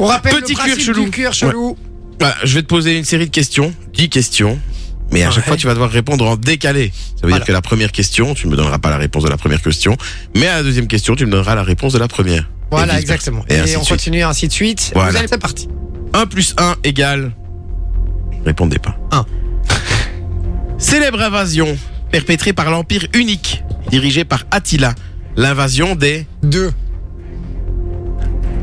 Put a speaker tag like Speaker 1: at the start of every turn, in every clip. Speaker 1: On rappelle
Speaker 2: Petit
Speaker 1: le principe
Speaker 2: cuir chelou.
Speaker 1: du cuir chelou.
Speaker 2: Bah, je vais te poser une série de questions, 10 questions. Mais à chaque
Speaker 1: Ouais.
Speaker 2: fois, tu vas devoir répondre en décalé. Ça veut
Speaker 1: Voilà.
Speaker 2: dire que la première question, tu ne me donneras pas la réponse de la première question. Mais à la deuxième question, tu me donneras la réponse de la première.
Speaker 1: Voilà,
Speaker 2: vice-versa.
Speaker 1: exactement.
Speaker 2: Et
Speaker 1: Et,
Speaker 2: ainsi de
Speaker 1: on
Speaker 2: suite.
Speaker 1: continue ainsi de suite.
Speaker 2: Voilà.
Speaker 1: Vous allez, c'est parti.
Speaker 2: 1 plus 1 égale. Répondez pas.
Speaker 1: Un.
Speaker 2: Célèbre invasion perpétrée par l'Empire unique, dirigé par Attila. L'invasion des
Speaker 1: Deux.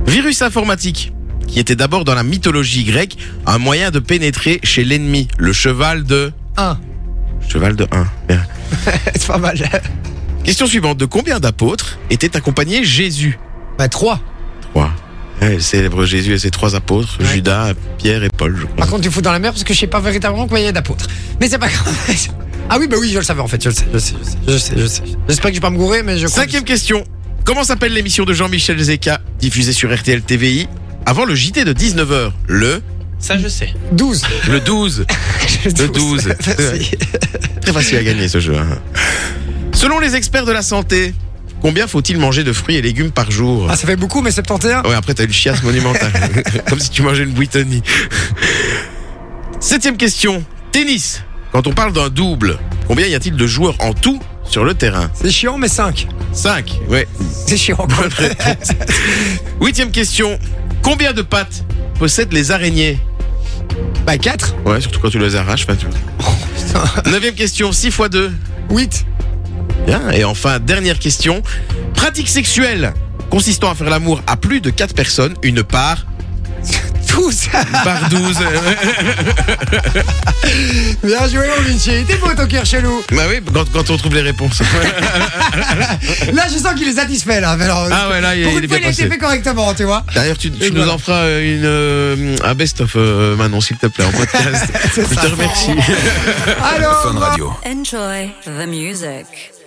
Speaker 2: virus informatiques, qui était d'abord dans la mythologie grecque un moyen de pénétrer chez l'ennemi, le cheval de.
Speaker 1: Un.
Speaker 2: Cheval de 1. Bien.
Speaker 1: c'est pas mal.
Speaker 2: Question suivante. De combien d'apôtres était accompagné Jésus
Speaker 1: Bah, trois.
Speaker 2: 3. Le célèbre Jésus et ses trois apôtres,
Speaker 1: Ouais.
Speaker 2: Judas, Pierre et Paul, je crois.
Speaker 1: Par contre, tu fous dans la mer parce que je sais pas véritablement combien il y a d'apôtres. Mais c'est pas grave. Ah oui, bah oui, je le savais en fait. Je le sais, je le sais, je le sais, je le sais. J'espère que je vais pas me gourer, mais je crois que-
Speaker 2: Cinquième question. Comment s'appelle l'émission de Jean-Michel Zeka, diffusée sur RTL TVI, avant le JT de 19h Le
Speaker 3: Ça, je sais.
Speaker 1: 12.
Speaker 2: Le 12. Le 12.
Speaker 1: Merci.
Speaker 2: Très facile à gagner ce jeu. hein. Selon les experts de la santé, combien faut-il manger de fruits et légumes par jour
Speaker 1: Ah, ça fait beaucoup, mais 71.
Speaker 2: Ouais, après, t'as une chiasse monumentale. Comme si tu mangeais une Brittany. Septième question. Tennis. Quand on parle d'un double, combien y a-t-il de joueurs en tout sur le terrain
Speaker 1: C'est chiant, mais 5.
Speaker 2: 5. Ouais.
Speaker 1: C'est chiant, quoi.
Speaker 2: bonne réponse. Huitième question. Combien de pattes possèdent les araignées
Speaker 1: Bah, 4.
Speaker 2: Ouais, surtout quand tu les arraches. Enfin, tu... Neuvième question. 6 x 2.
Speaker 1: 8.
Speaker 2: Bien. Et enfin, dernière question. Pratique sexuelle consistant à faire l'amour à plus de 4 personnes, une part
Speaker 1: Tous.
Speaker 2: par 12.
Speaker 1: Bien joué, mon Vinci. T'es beau, ton cœur chelou.
Speaker 2: bah oui, quand, quand on trouve les réponses.
Speaker 1: Là, je sens qu'il est satisfait, là. Mais alors,
Speaker 2: Ah ouais, là, il,
Speaker 1: Pour
Speaker 2: il
Speaker 1: une
Speaker 2: est
Speaker 1: fois,
Speaker 2: bien
Speaker 1: il a été
Speaker 2: passé.
Speaker 1: fait correctement, tu vois.
Speaker 2: D'ailleurs, tu, tu
Speaker 1: Et
Speaker 2: nous
Speaker 1: voilà.
Speaker 2: en feras euh, une, euh, un best-of, euh, Manon, s'il te plaît, en podcast.
Speaker 1: C'est
Speaker 2: Je
Speaker 1: ça.
Speaker 2: te remercie.
Speaker 1: Alors,
Speaker 4: Enjoy the music.